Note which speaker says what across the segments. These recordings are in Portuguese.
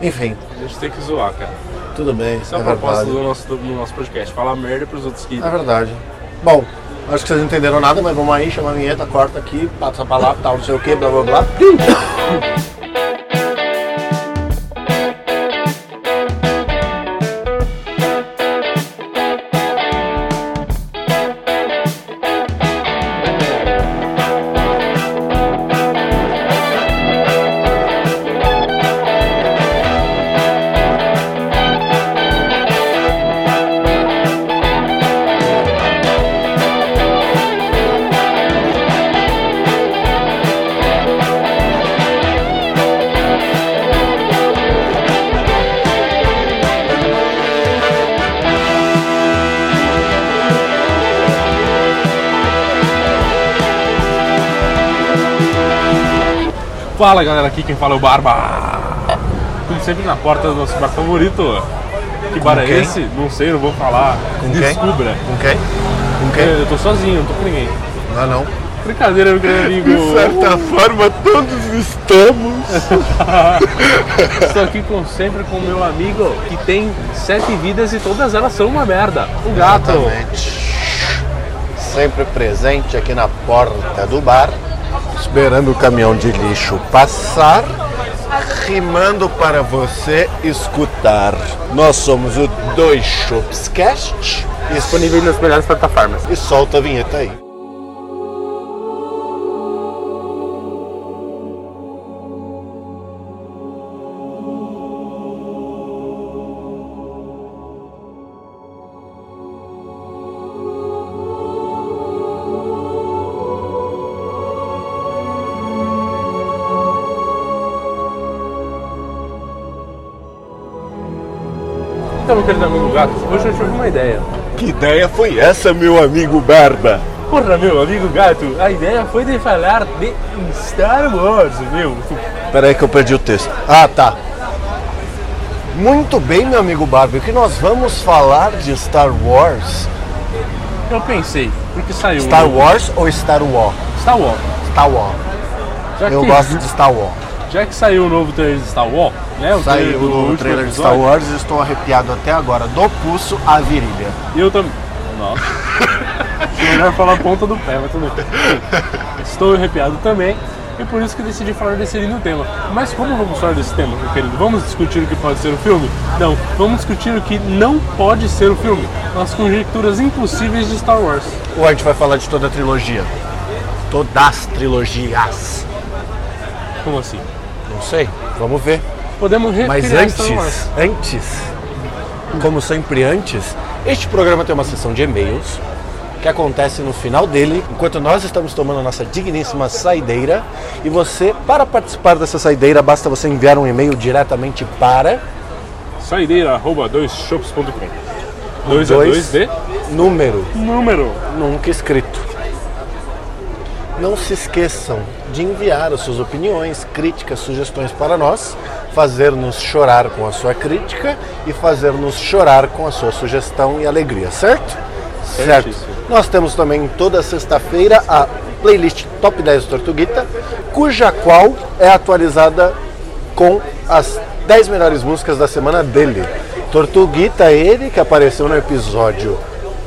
Speaker 1: Enfim,
Speaker 2: A gente tem que zoar, cara.
Speaker 1: tudo bem.
Speaker 2: Essa é a proposta do nosso, do nosso podcast. Falar merda pros outros que.
Speaker 1: É verdade. Bom, acho que vocês não entenderam nada, mas vamos aí, chama a vinheta, corta aqui, passa pra lá, tal, não sei o que, blá blá blá.
Speaker 2: Fala galera, aqui quem fala é o Barba. Como sempre na porta do nosso bar favorito. Que bar é
Speaker 1: quem?
Speaker 2: esse? Não sei, não vou falar.
Speaker 1: Com quem?
Speaker 2: Descubra.
Speaker 1: Com quem? Com
Speaker 2: Eu,
Speaker 1: quem?
Speaker 2: eu tô sozinho, não tô com ninguém.
Speaker 1: Ah, não.
Speaker 2: Brincadeira, meu grande amigo.
Speaker 1: forma, todos estamos.
Speaker 2: Estou aqui com, sempre com o meu amigo que tem sete vidas e todas elas são uma merda. O gato.
Speaker 1: Exatamente. Sempre presente aqui na porta do bar, esperando o caminhão de lixo passar, rimando para você escutar. Nós somos o Dois Shops Cast.
Speaker 2: Disponível nas melhores plataformas.
Speaker 1: e solta a vinheta aí.
Speaker 2: Então, meu querido amigo gato, hoje eu tive uma ideia.
Speaker 1: Que ideia foi essa, meu amigo Barba?
Speaker 2: Porra, meu amigo gato, a ideia foi de falar de Star Wars, meu.
Speaker 1: Peraí que eu perdi o texto. Ah, tá. Muito bem, meu amigo Barba, que nós vamos falar de Star Wars.
Speaker 2: Eu pensei, porque saiu.
Speaker 1: Star Wars ou Star War?
Speaker 2: Star Wars.
Speaker 1: Star War.
Speaker 2: Já
Speaker 1: Eu
Speaker 2: que,
Speaker 1: gosto de Star War.
Speaker 2: Já que saiu o novo trailer de Star Wars, né? O
Speaker 1: Saiu
Speaker 2: do
Speaker 1: o
Speaker 2: último
Speaker 1: trailer de Star
Speaker 2: episódio,
Speaker 1: Wars e estou arrepiado até agora, do pulso à virilha.
Speaker 2: Eu também. Nossa. Acho melhor falar a ponta do pé, mas tudo bem. Estou arrepiado também. E por isso que decidi falar desse lindo tema. Mas como vamos falar desse tema, meu querido? Vamos discutir o que pode ser o filme? Não, vamos discutir o que não pode ser o filme. As conjecturas impossíveis de Star Wars.
Speaker 1: Ou a gente vai falar de toda a trilogia? Todas as trilogias.
Speaker 2: Como assim?
Speaker 1: Não sei, vamos ver.
Speaker 2: Podemos recriar
Speaker 1: Mas
Speaker 2: Star Wars.
Speaker 1: antes, antes, como sempre antes, este programa tem uma sessão de e-mails que acontece no final dele, enquanto nós estamos tomando a nossa digníssima saideira. E você, para participar dessa saideira, basta você enviar um e-mail diretamente para
Speaker 2: Saideira, arroba, dois shops.com. 2 a
Speaker 1: dois.
Speaker 2: 2 de
Speaker 1: número
Speaker 2: número.
Speaker 1: nunca escrito. Não se esqueçam de enviar as suas opiniões, críticas, sugestões para nós, fazer-nos chorar com a sua crítica e fazer-nos chorar com a sua sugestão e alegria, certo? Certo.
Speaker 2: Certíssimo.
Speaker 1: Nós temos também toda sexta-feira a playlist Top 10 Tortuguita, cuja qual é atualizada com as 10 melhores músicas da semana dele. Tortuguita, ele que apareceu no episódio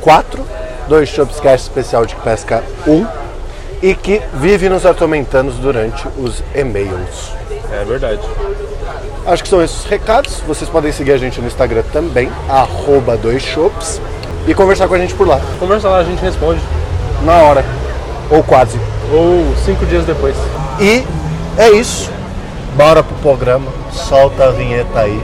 Speaker 1: 4, dois Chopscast especial de pesca 1, e que vive nos atormentando durante os e-mails.
Speaker 2: É verdade.
Speaker 1: Acho que são esses os recados. Vocês podem seguir a gente no Instagram também, arroba dois shops, e conversar com a gente por lá,
Speaker 2: Conversa lá, a gente responde.
Speaker 1: na hora, ou quase.
Speaker 2: Ou cinco dias depois.
Speaker 1: E é isso. Bora pro programa. Solta a vinheta aí.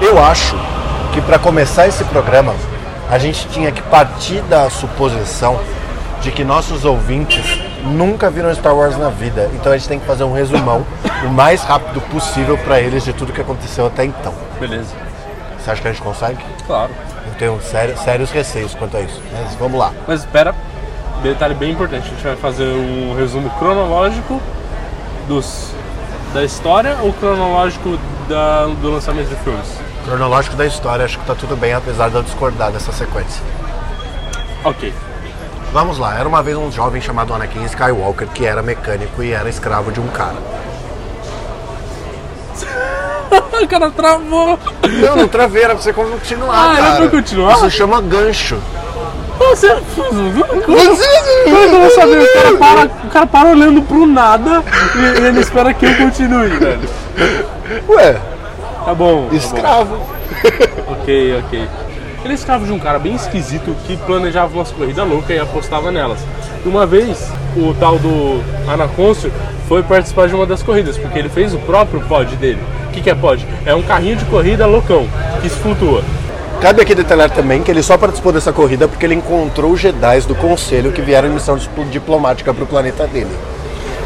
Speaker 1: Eu acho que para começar esse programa, a gente tinha que partir da suposição de que nossos ouvintes nunca viram Star Wars na vida. Então a gente tem que fazer um resumão o mais rápido possível para eles de tudo que aconteceu até então.
Speaker 2: Beleza.
Speaker 1: Você Você acha que a gente consegue?
Speaker 2: Claro.
Speaker 1: Eu tenho sério- sérios receios quanto a isso. Mas vamos lá.
Speaker 2: Mas espera, detalhe bem importante. A gente vai fazer um resumo cronológico dos da história ou cronológico da- do lançamento de filmes?
Speaker 1: Cronológico da história, acho que tá tudo bem, apesar de eu discordar dessa sequência.
Speaker 2: Ok.
Speaker 1: Vamos lá, era uma vez um jovem chamado Anakin Skywalker que era mecânico e era escravo de um cara.
Speaker 2: o cara travou.
Speaker 1: Não, não traveira, pra você continuar,
Speaker 2: Ah, era
Speaker 1: cara.
Speaker 2: pra eu continuar?
Speaker 1: Isso chama gancho.
Speaker 2: Você é um eu não sabia, o cara para, o cara para olhando pro nada e, e ele espera que eu continue, velho.
Speaker 1: Ué,
Speaker 2: Tá bom. tá
Speaker 1: escravo.
Speaker 2: bom. Ok, ok. Ele é escravo de um cara bem esquisito que planejava umas corridas loucas e apostava nelas. E uma vez, o tal do Anacôncio foi participar de uma das corridas, porque ele fez o próprio pod dele. O que, que é pod? É um carrinho de corrida loucão, que se flutua.
Speaker 1: Cabe aqui detalhar também que ele só participou dessa corrida porque ele encontrou os Jedi's do Conselho que vieram em missão dipl- diplomática pro planeta dele.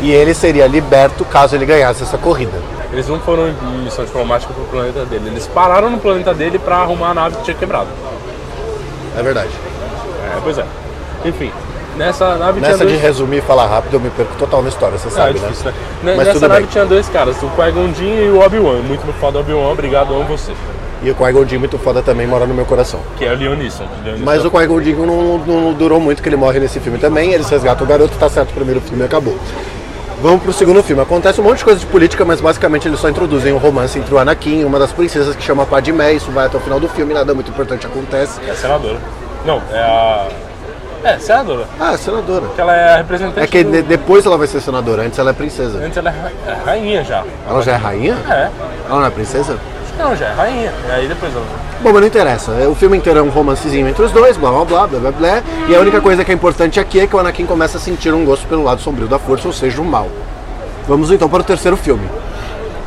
Speaker 1: E ele seria liberto caso ele ganhasse essa corrida.
Speaker 2: Eles não foram em missão diplomática pro planeta dele. Eles pararam no planeta dele pra arrumar a nave que tinha quebrado.
Speaker 1: É verdade.
Speaker 2: É, pois é. Enfim, nessa nave
Speaker 1: Nessa
Speaker 2: tinha
Speaker 1: de
Speaker 2: dois...
Speaker 1: resumir e falar rápido, eu me perco total na história, você
Speaker 2: Ah, é
Speaker 1: sabe, né?
Speaker 2: difícil, né? Ne-
Speaker 1: Mas
Speaker 2: Nessa
Speaker 1: tudo
Speaker 2: nave
Speaker 1: bem.
Speaker 2: tinha dois caras, o Qui-Gon Jinn e o Obi-Wan. Muito foda Obi-Wan, obrigado, amo você.
Speaker 1: E o Qui-Gon Jinn muito foda também mora no meu coração.
Speaker 2: Que é o Leonisson. Leonisson.
Speaker 1: Mas o Qui-Gon Jinn não, não durou muito que ele morre nesse filme também. Eles resgatam o garoto, tá certo, o primeiro filme acabou. Vamos pro segundo filme. Acontece um monte de coisa de política, mas basicamente eles só introduzem um romance entre o Anakin e uma das princesas que chama Padmé. Isso vai até o final do filme, nada muito importante acontece.
Speaker 2: É a senadora. Não, é a... É, senadora.
Speaker 1: Ah, senadora.
Speaker 2: Porque ela é a representante
Speaker 1: É que
Speaker 2: do-
Speaker 1: de- depois ela vai ser senadora, antes ela é princesa.
Speaker 2: Antes ela é ra- é rainha já.
Speaker 1: Ela já é rainha?
Speaker 2: É.
Speaker 1: Ela não é princesa?
Speaker 2: Não, já é rainha. E aí depois ela...
Speaker 1: Bom, mas não interessa. O filme inteiro é um romancezinho entre os dois, blá blá blá, blá blá blá. E a única coisa que é importante aqui é que o Anakin começa a sentir um gosto pelo lado sombrio da força, ou seja, o mal. Vamos então para o terceiro filme.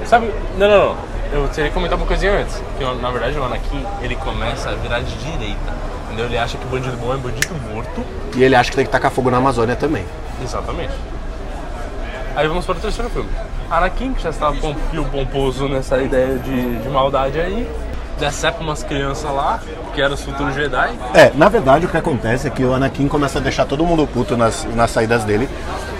Speaker 2: Sabe, não, não, não. Eu teria que comentar uma coisinha antes. Que na verdade o Anakin, ele começa a virar de direita. Entendeu? Ele acha que bandido bom é bandido morto.
Speaker 1: E ele acha que tem que tacar fogo na Amazônia também.
Speaker 2: Exatamente. Aí vamos para o terceiro filme. Anakin, que já estava pompio pomposo nessa ideia de, de maldade aí, decepa umas crianças lá, que eram os futuros Jedi.
Speaker 1: É, na verdade o que acontece é que o Anakin começa a deixar todo mundo puto nas, nas saídas dele.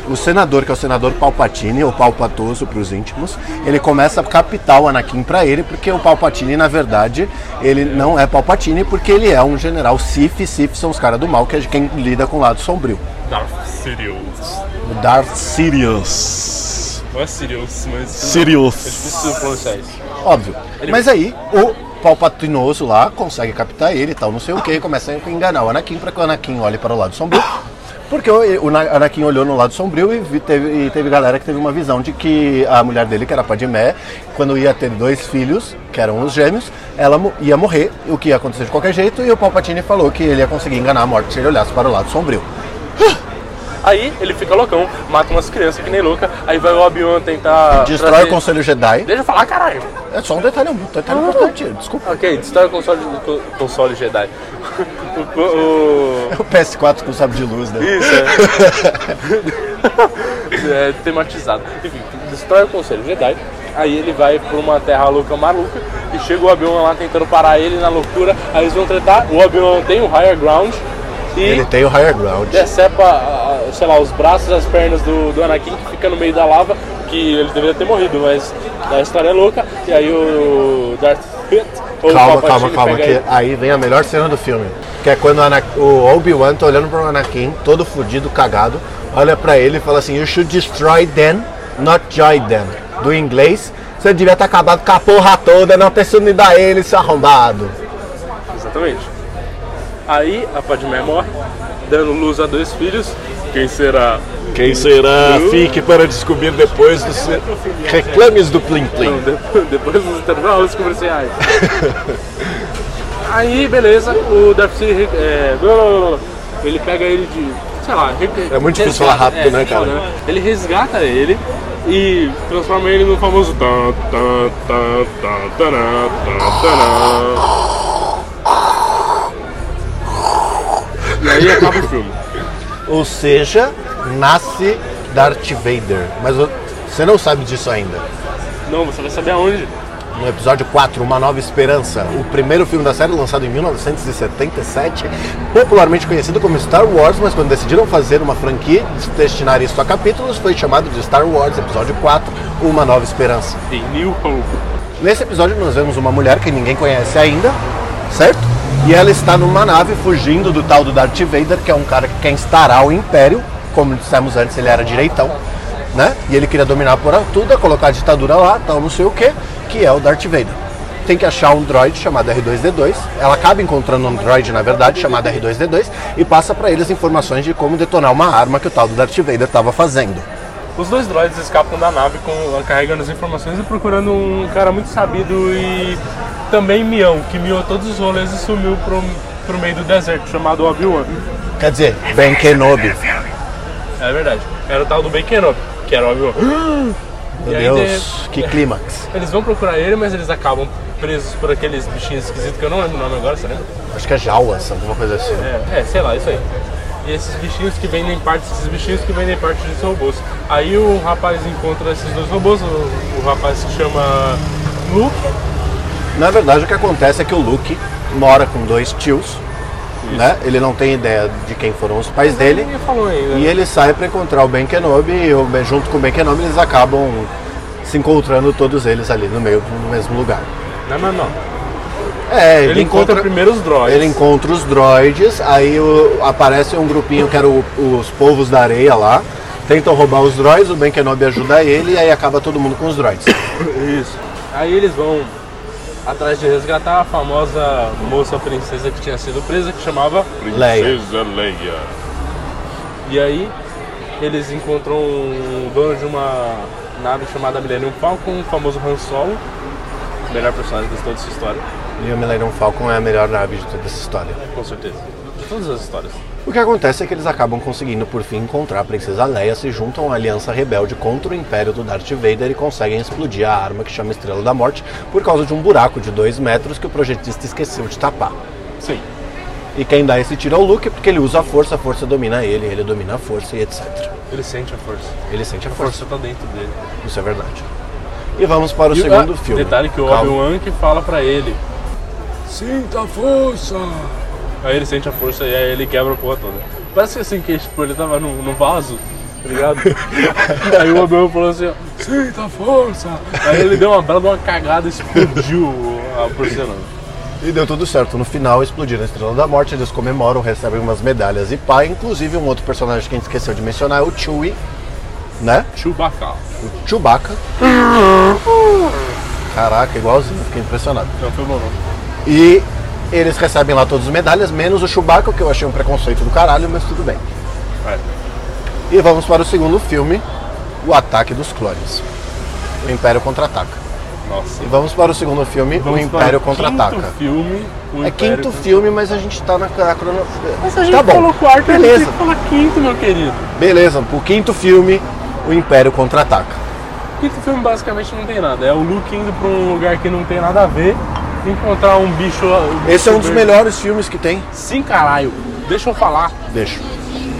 Speaker 1: O senador, que é o senador Palpatine, ou Palpatoso para os íntimos, ele começa a captar o Anakin para ele, porque o Palpatine, na verdade, ele não é Palpatine, porque ele é um general Sith, e Sith são os caras do mal, que é quem lida com o lado sombrio.
Speaker 2: Darth Sirius.
Speaker 1: O Darth Sirius.
Speaker 2: Não é Sirius, mas... É
Speaker 1: Sirius.
Speaker 2: difícil pronunciar isso.
Speaker 1: Óbvio. Mas aí, o Palpatinoso lá consegue captar ele e tal, não sei o que, e começa a enganar o Anakin para que o Anakin olhe para o lado sombrio. Porque o o Na- Anakin olhou no lado sombrio e vi- teve, e teve galera que teve uma visão de que a mulher dele, que era Padmé, quando ia ter dois filhos, que eram os gêmeos, ela mo- ia morrer, o que ia acontecer de qualquer jeito, e o Palpatine falou que ele ia conseguir enganar a morte se ele olhasse para o lado sombrio.
Speaker 2: Aí ele fica loucão, mata umas crianças que nem louca, aí vai o Obi-Wan tentar...
Speaker 1: Destrói
Speaker 2: trazer-
Speaker 1: o Conselho Jedi.
Speaker 2: Deixa eu falar, caralho!
Speaker 1: É só um detalhe, um detalhe importante, desculpa.
Speaker 2: Ok, destrói o console, co- console Jedi. o, o,
Speaker 1: É O PS4 com sabre de luz, né?
Speaker 2: Isso, é. é tematizado. Enfim, destrói o Conselho Jedi. Aí ele vai pra uma terra louca maluca e chega o Obi-Wan lá tentando parar ele na loucura. Aí eles vão tretar. O Obi-Wan tem o higher ground e
Speaker 1: Ele tem o higher ground.
Speaker 2: decepa, ah, ah, sei lá, os braços e as pernas do, do Anakin que fica no meio da lava. Que ele deveria ter morrido, mas a história é louca. E aí o Darth Pit, ou
Speaker 1: Calma, calma,
Speaker 2: o Palpatine
Speaker 1: calma,
Speaker 2: pega
Speaker 1: que
Speaker 2: ele.
Speaker 1: aí vem a melhor cena do filme. Que é quando o Ana- o Obi-Wan tá olhando pro Anakin, todo fudido, cagado, olha pra ele e fala assim, You should destroy them, not joy them. Do inglês, você devia ter acabado com a porra toda, não ter se unido a ele, seu arrombado.
Speaker 2: Exatamente. Aí a Padmé morre, dando luz a dois filhos. Quem será?
Speaker 1: Quem será?
Speaker 2: Uh.
Speaker 1: Fique para descobrir depois dos reclames do Plim
Speaker 2: Não,
Speaker 1: Plim.
Speaker 2: de- depois dos intervalos comerciais. Aí, beleza, o Darth Vader, é, blá, blá, blá, blá, ele pega ele de, sei lá... re-
Speaker 1: É muito difícil falar rápido, né, cara?
Speaker 2: foda, né? Ele resgata ele e transforma ele no famoso... tan, tan, tan, tan, taran, tan, taran. E aí acaba o filme.
Speaker 1: Ou seja, nasce Darth Vader. Mas o- você não sabe disso ainda.
Speaker 2: Não, você vai saber aonde.
Speaker 1: no episódio 4, Uma Nova Esperança, o primeiro filme da série lançado em 1977, popularmente conhecido como Star Wars, mas quando decidiram fazer uma franquia e destinar isso a capítulos, foi chamado de Star Wars Episódio 4, Uma Nova Esperança.
Speaker 2: The New Hope.
Speaker 1: Nesse episódio nós vemos uma mulher que ninguém conhece ainda, certo? E ela está numa nave fugindo do tal do Darth Vader, que é um cara que quer instaurar o Império, como dissemos antes, ele era direitão, né? E ele queria dominar por tudo, colocar a ditadura lá, tal, não sei o que, que é o Darth Vader. Tem que achar um droid chamado R2D2. Ela acaba encontrando um droid, na verdade, chamado R2D2, e passa para eles informações de como detonar uma arma que o tal do Darth Vader estava fazendo.
Speaker 2: Os dois droids escapam da nave com- ah, carregando as informações e procurando um cara muito sabido e também mião, que miou todos os rolês e sumiu pro, pro meio do deserto, chamado Obi-Wan.
Speaker 1: Quer dizer, Ben Kenobi.
Speaker 2: É verdade. Era o tal do Ben Kenobi, que era Obi-Wan. E
Speaker 1: Meu
Speaker 2: aí,
Speaker 1: Deus, que clímax.
Speaker 2: Eles vão procurar ele, mas eles acabam presos por aqueles bichinhos esquisitos que eu não lembro o nome agora, você lembra?
Speaker 1: Acho que é Jawas, alguma coisa assim.
Speaker 2: É, é, sei lá, isso aí. E esses bichinhos que vendem partes, esses bichinhos que vendem partes dos robôs. Aí o rapaz encontra esses dois robôs, o, o rapaz que chama Luke,
Speaker 1: Na verdade, o que acontece é que o Luke mora com dois tios, né? Ele não tem ideia de quem foram os pais dele.
Speaker 2: Ninguém falou ainda. né?
Speaker 1: E ele sai para encontrar o Ben Kenobi e o Ben- junto com o Ben Kenobi eles acabam se encontrando todos eles ali no meio no mesmo lugar.
Speaker 2: Não, não, não.
Speaker 1: É,
Speaker 2: Ele, encontra, primeiro os droids.
Speaker 1: ele encontra os droids, aí o- aparece um grupinho que era o- os povos da areia lá, tentam roubar os droids, o Ben Kenobi ajuda ele e aí acaba todo mundo com os droids.
Speaker 2: Isso. Aí eles vão atrás de resgatar a famosa moça princesa que tinha sido presa, que chamava
Speaker 1: Leia.
Speaker 2: Leia. E aí eles encontram o dono de uma nave chamada Millennium Falcon, o famoso Han Solo, o melhor personagem de toda essa história,
Speaker 1: E o Millennium Falcon é a melhor nave de toda essa história.
Speaker 2: com certeza. De todas as histórias.
Speaker 1: O que acontece é que eles acabam conseguindo por fim encontrar a Princesa Leia, se juntam à Aliança Rebelde contra o Império do Darth Vader e conseguem explodir a arma que chama Estrela da Morte por causa de um buraco de 2 metros que o projetista esqueceu de tapar.
Speaker 2: Sim.
Speaker 1: E quem dá esse tiro é o Luke porque ele usa a força, a força domina ele, ele domina a força e etc.
Speaker 2: Ele sente a força.
Speaker 1: Ele sente a
Speaker 2: A
Speaker 1: força,
Speaker 2: força tá dentro dele.
Speaker 1: isso é verdade. E vamos para o
Speaker 2: E
Speaker 1: segundo
Speaker 2: ah,
Speaker 1: filme.
Speaker 2: Detalhe que o
Speaker 1: Calma.
Speaker 2: Obi-Wan que fala pra ele. Sinta a força! Aí ele sente a força e aí ele quebra a porra toda. Parece que assim que tipo, ele tava num, num vaso, tá ligado? aí o Obi-Wan falou assim, ó, sinta a força! Aí ele deu uma bela de uma cagada e explodiu a porcelana.
Speaker 1: E deu tudo certo. No final, explodiram a Estrela da Morte, eles comemoram, recebem umas medalhas e pá. Inclusive, um outro personagem que a gente esqueceu de mencionar é o Chewie, né?
Speaker 2: Chewbacca.
Speaker 1: O Chewbacca.
Speaker 2: Uhum.
Speaker 1: Caraca, igualzinho, fiquei impressionado.
Speaker 2: Não, foi bom não.
Speaker 1: E eles recebem lá todas as medalhas, menos o Chewbacca, que eu achei um preconceito do caralho, mas tudo bem.
Speaker 2: Vai.
Speaker 1: E vamos para o segundo filme, O Ataque dos Clones. O Império Contra-Ataca.
Speaker 2: Nossa.
Speaker 1: E vamos para o segundo filme, O um Império Contra-Ataca.
Speaker 2: Quinto filme. o
Speaker 1: É
Speaker 2: Império
Speaker 1: quinto
Speaker 2: Contra-
Speaker 1: filme, mas a gente tá na, na crono...
Speaker 2: Mas a gente
Speaker 1: tá bom.
Speaker 2: falou quarto,
Speaker 1: Beleza.
Speaker 2: a gente fala quinto, meu querido.
Speaker 1: Beleza, o quinto filme, O Império Contra-Ataca.
Speaker 2: Quinto filme basicamente não tem nada. É o Luke indo pra um lugar que não tem nada a ver, encontrar um bicho. um bicho
Speaker 1: Esse é um dos
Speaker 2: verde.
Speaker 1: melhores filmes que tem.
Speaker 2: Sim, caralho. Deixa eu falar.
Speaker 1: Deixa.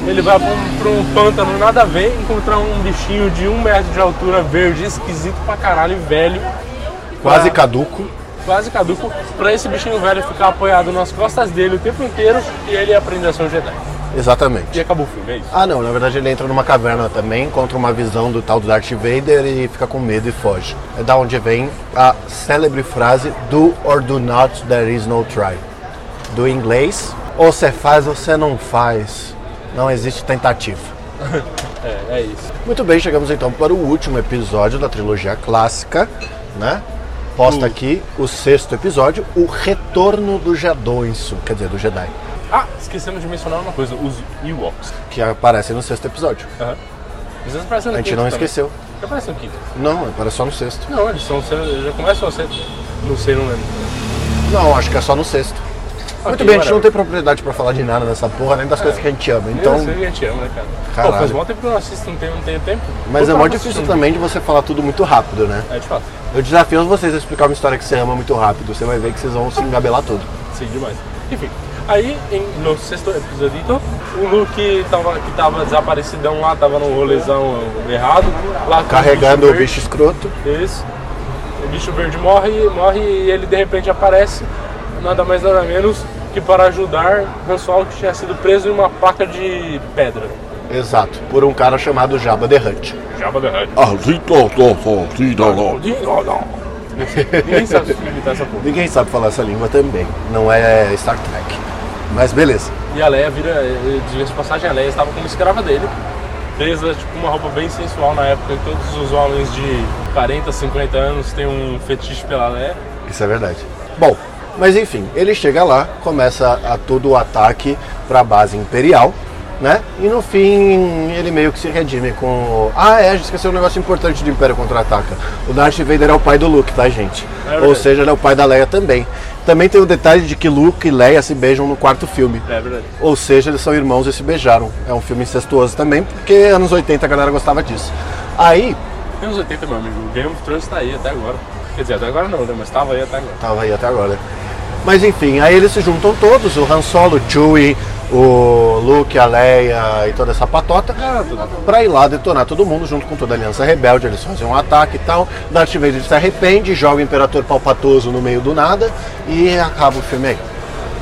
Speaker 2: Ele vai pra um, pra um pântano nada a ver, encontrar um bichinho de um metro de altura, verde, esquisito pra caralho, velho,
Speaker 1: Quase
Speaker 2: Ah.
Speaker 1: caduco.
Speaker 2: quase caduco, pra esse bichinho velho ficar apoiado nas costas dele o tempo inteiro e ele aprender a ser um Jedi.
Speaker 1: Exatamente.
Speaker 2: E acabou o filme, é isso.
Speaker 1: Ah não, na verdade ele entra numa caverna também, encontra uma visão do tal do Darth Vader e fica com medo e foge. É da onde vem a célebre frase do or do not, there is no try. Do inglês, ou você faz ou você não faz. Não existe tentativa.
Speaker 2: É, é isso.
Speaker 1: Muito bem, chegamos então para o último episódio da trilogia clássica, né? Posta aqui o sexto episódio, o retorno do Jadonso, quer dizer, do Jedi,
Speaker 2: Ah, esquecemos de mencionar uma coisa, os Ewoks.
Speaker 1: que aparece no sexto episódio.
Speaker 2: Aham. Eles aparecem no
Speaker 1: A gente
Speaker 2: quinto
Speaker 1: não
Speaker 2: também.
Speaker 1: esqueceu.
Speaker 2: Aparecem no quinto.
Speaker 1: Não, aparece só no sexto.
Speaker 2: Não, eles são sendo, eles já começam a ser. Não sei, não lembro.
Speaker 1: Não, acho que é só no sexto. Muito
Speaker 2: Ok,
Speaker 1: bem, a gente
Speaker 2: whatever.
Speaker 1: não tem propriedade pra falar de nada nessa porra, nem das coisas que a gente ama. Então,
Speaker 2: Eu sei que a gente ama, né, cara?
Speaker 1: Caralho.
Speaker 2: Pô, faz mal tempo que eu não assisto, não tenho, não tenho tempo.
Speaker 1: mas é
Speaker 2: Eu
Speaker 1: mó
Speaker 2: tava
Speaker 1: difícil
Speaker 2: assistindo.
Speaker 1: também de você falar tudo muito rápido, né?
Speaker 2: É, de fato.
Speaker 1: Eu desafio vocês a explicar uma história que você ama muito rápido. Você vai ver que vocês vão se engabelar tudo.
Speaker 2: Sim, demais. Enfim, aí em- no sexto episódio, o Luke tava, que tava desaparecidão lá, tava num rolezão errado. Lá com
Speaker 1: Carregando o
Speaker 2: verde.
Speaker 1: bicho escroto.
Speaker 2: Isso. bicho verde morre, morre e ele de repente aparece, nada mais nada menos que para ajudar o pessoal que tinha sido preso em uma placa de pedra.
Speaker 1: Exato, por um cara chamado Jabba the Hutt.
Speaker 2: Jabba the Hutt.
Speaker 3: Ah, sim, tô, tô, tô, sim, não, não.
Speaker 2: Ninguém sabe imitar essa porra.
Speaker 1: Ninguém sabe falar essa língua também, não é Star Trek. Mas beleza.
Speaker 2: E a Leia vira, diga-se de passagem, a Leia estava como escrava dele. Presa, tipo, uma roupa bem sensual na época. e Todos os homens de 40, 50 anos têm um fetiche pela Leia.
Speaker 1: Isso é verdade. Bom, mas enfim, ele chega lá, começa a todo o ataque para a base imperial, né? E no fim ele meio que se redime com. o- Ah, é, a gente esqueceu um negócio importante do Império Contra-Ataca. O Darth Vader é o pai do Luke, tá, gente?
Speaker 2: verdade.
Speaker 1: Ou seja, ele é o pai da Leia também. Também tem o detalhe de que Luke e Leia se beijam no quarto filme.
Speaker 2: É verdade.
Speaker 1: Ou seja, eles são irmãos e se beijaram. É um filme incestuoso também, porque anos 80 a galera gostava disso. Aí,
Speaker 2: Tem uns 80, meu amigo. O Game of Thrones tá aí até agora. Quer dizer, até agora não, né? Mas tava aí até agora.
Speaker 1: Tava aí até agora. Mas enfim, aí eles se juntam todos, o Han Solo, o Chewie, o Luke, a Leia e toda essa patota, pra ir lá detonar todo mundo junto com toda a Aliança Rebelde, eles fazem um ataque e tal. Darth Vader se arrepende, joga o Imperador Palpatoso no meio do nada e acaba o filme aí.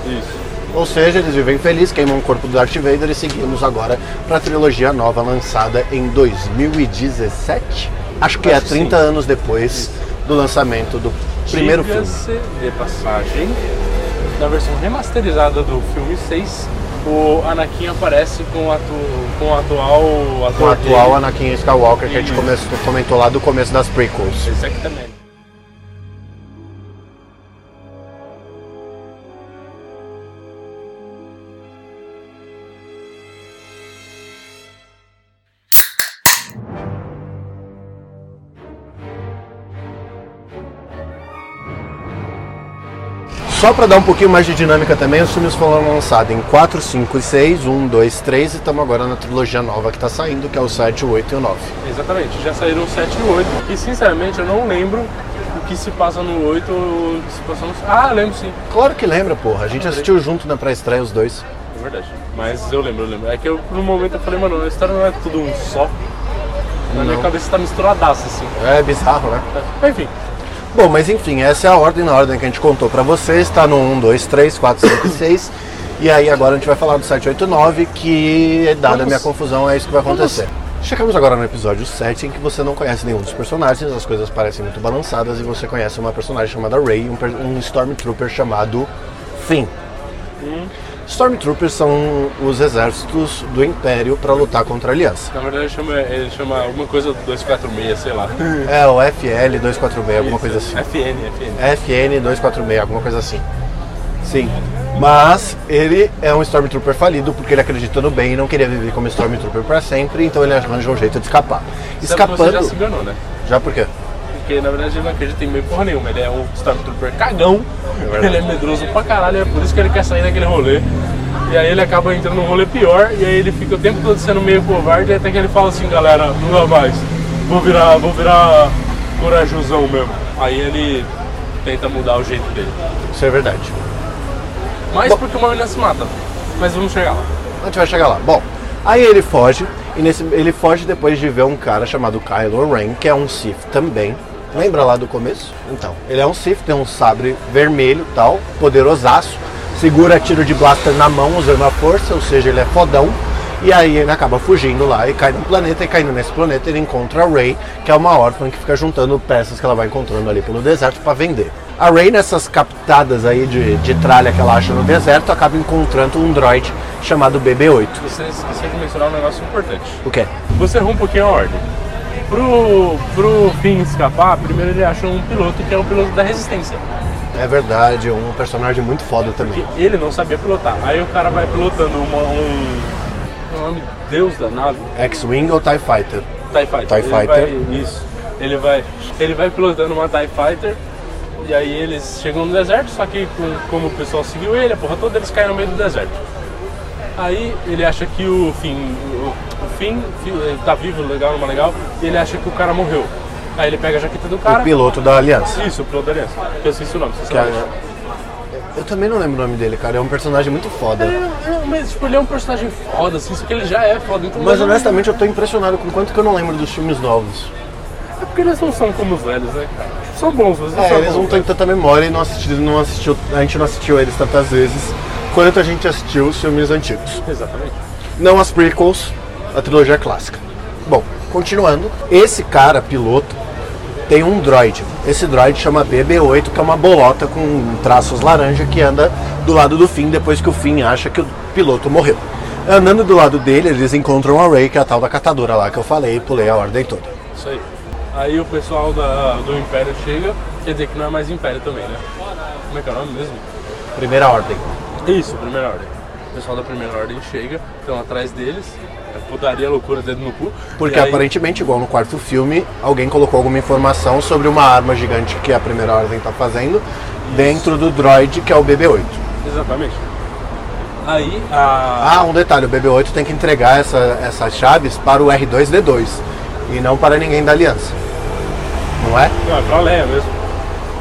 Speaker 2: Isso.
Speaker 1: Ou seja, eles vivem felizes, queimam o corpo do Darth Vader e seguimos agora pra trilogia nova lançada em 2017. Acho que é
Speaker 2: Acho que sim.
Speaker 1: 30 anos depois do lançamento do primeiro filme.
Speaker 2: Diga-se de passagem, na versão remasterizada do filme 6, o Anakin aparece com o, atu- com o atual ator
Speaker 1: com o atual
Speaker 2: dele.
Speaker 1: Anakin Skywalker que a gente
Speaker 2: Isso.
Speaker 1: começou- comentou lá do começo das prequels.
Speaker 2: Exactamente.
Speaker 1: Só pra dar um pouquinho mais de dinâmica também, os filmes foram lançados em 4, 5 e 6, 1, 2, 3 e estamos agora na trilogia nova que tá saindo, que é o 7, o 8 e o 9.
Speaker 2: Exatamente, já saíram o 7 e o 8. E sinceramente eu não lembro o que se passa no 8 ou o que se passa no. Ah, lembro sim.
Speaker 1: Claro que lembra, porra, a gente assistiu junto na pré-estreia os dois.
Speaker 2: É verdade. Mas eu lembro, eu lembro. É que eu, no momento eu falei, mano, a história não é tudo um só. Na minha cabeça tá misturadaça assim.
Speaker 1: É bizarro, né?
Speaker 2: Mas, enfim,
Speaker 1: Bom, mas enfim, essa é a ordem na ordem que a gente contou pra vocês, tá no 1, 2, 3, 4, 5 e 6. E aí agora a gente vai falar do 7, 8 e 9, que dada a minha confusão é isso que vai acontecer. Chegamos agora no episódio 7, em que você não conhece nenhum dos personagens, as coisas parecem muito balançadas e você conhece uma personagem chamada Ray e um, per- um Stormtrooper chamado Finn. Stormtroopers são os exércitos do Império pra lutar contra a Aliança.
Speaker 2: na verdade ele chama, ele chama alguma coisa do 246, sei lá.
Speaker 1: É o FL 246, alguma coisa assim.
Speaker 2: FN, FN.
Speaker 1: FN246, alguma coisa assim. Sim. Mas ele é um Stormtrooper falido porque ele acredita no bem e não queria viver como Stormtrooper pra sempre, então ele arranja um jeito de escapar.
Speaker 2: Sabe que Você já
Speaker 1: Escapando.
Speaker 2: se enganou, né?
Speaker 1: Já por quê?
Speaker 2: Porque na verdade ele não acredita em meio porra nenhuma. Ele é um Stormtrooper cagão,
Speaker 1: verdade.
Speaker 2: ele é medroso pra caralho, é por isso que ele quer sair daquele rolê. E aí ele acaba entrando num rolê pior, e aí ele fica o tempo todo sendo meio covarde, até que ele fala assim, galera, nunca mais, vou virar, vou virar corajosão mesmo. Aí ele tenta mudar o jeito dele.
Speaker 1: Isso é verdade.
Speaker 2: Mas porque uma menina se mata. Mas vamos chegar lá.
Speaker 1: A gente vai chegar lá. Bom, aí ele foge, e nesse, ele foge depois de ver um cara chamado Kylo Ren, que é um Sith também. Lembra lá do começo? Então, ele é um Sith, tem um sabre vermelho tal, poderosaço, segura tiro de blaster na mão usando a força, ou seja, ele é fodão. E aí ele acaba fugindo lá e cai num planeta, e caindo nesse planeta ele encontra a Rey, que é uma órfã que fica juntando peças que ela vai encontrando ali pelo deserto para vender. A Rey, nessas captadas aí de, de tralha que ela acha no deserto, acaba encontrando um droid chamado BB-8.
Speaker 2: Você esqueceu de mencionar um negócio importante.
Speaker 1: O quê?
Speaker 2: Você errou um pouquinho a ordem. Pro, pro Finn escapar, primeiro ele achou um piloto que é o piloto da resistência.
Speaker 1: É verdade, um personagem muito foda também.
Speaker 2: Ele não sabia pilotar. Aí o cara vai pilotando uma, um. O nome Deus da nave?
Speaker 1: X-Wing ou TIE Fighter?
Speaker 2: TIE Fighter.
Speaker 1: TIE
Speaker 2: ele
Speaker 1: Fighter.
Speaker 2: Vai, isso. Ele vai, ele vai pilotando uma TIE Fighter. E aí eles chegam no deserto, só que com- como o pessoal seguiu ele, a porra toda, eles caem no meio do deserto. Aí ele acha que o Finn, o, o Finn fi- ele tá vivo, legal, não é legal, e ele acha que o cara morreu. Aí ele pega a jaqueta do cara.
Speaker 1: O piloto da Aliança.
Speaker 2: Isso, o piloto da aliança. Eu esqueci o nome, você
Speaker 1: Que é-
Speaker 2: sabe.
Speaker 1: Eu também não lembro o nome dele, cara. É um personagem muito foda.
Speaker 2: É, é, Mas, tipo, ele é um personagem foda, assim, só que ele já é foda. Então
Speaker 1: Mas
Speaker 2: não-
Speaker 1: honestamente eu tô impressionado com o quanto que eu não lembro dos filmes novos.
Speaker 2: É porque eles não são como os velhos, né, cara? são bons, mas não
Speaker 1: É,
Speaker 2: são
Speaker 1: eles não
Speaker 2: bons.
Speaker 1: têm tanta memória e não assisti- não assistiu, a gente não assistiu eles tantas vezes quanto a gente assistiu os filmes antigos.
Speaker 2: Exatamente.
Speaker 1: Não as prequels, a trilogia clássica. Bom, continuando. Esse cara, piloto, tem um droid. Esse droid chama BB-8, que é uma bolota com traços laranja que anda do lado do Finn depois que o Finn acha que o piloto morreu. Andando do lado dele, eles encontram a Ray, que é a tal da catadora lá que eu falei, pulei a ordem toda.
Speaker 2: Isso aí. Aí o pessoal da- do Império chega, quer dizer que não é mais Império também, né? Como é que é o nome mesmo?
Speaker 1: Primeira ordem.
Speaker 2: Isso, Primeira Ordem. O pessoal da Primeira Ordem chega, estão atrás deles, é putaria, loucura, dedo no cu.
Speaker 1: Porque
Speaker 2: e aí-
Speaker 1: aparentemente, igual no quarto filme, alguém colocou alguma informação sobre uma arma gigante que a primeira ordem tá fazendo dentro do droid que é o BB-8.
Speaker 2: Exatamente. Aí a.
Speaker 1: Ah, um detalhe, o BB-8 tem que entregar essa, essas chaves para o R2-D2 e não para ninguém da aliança. Não é?
Speaker 2: Não, é pra Leia mesmo.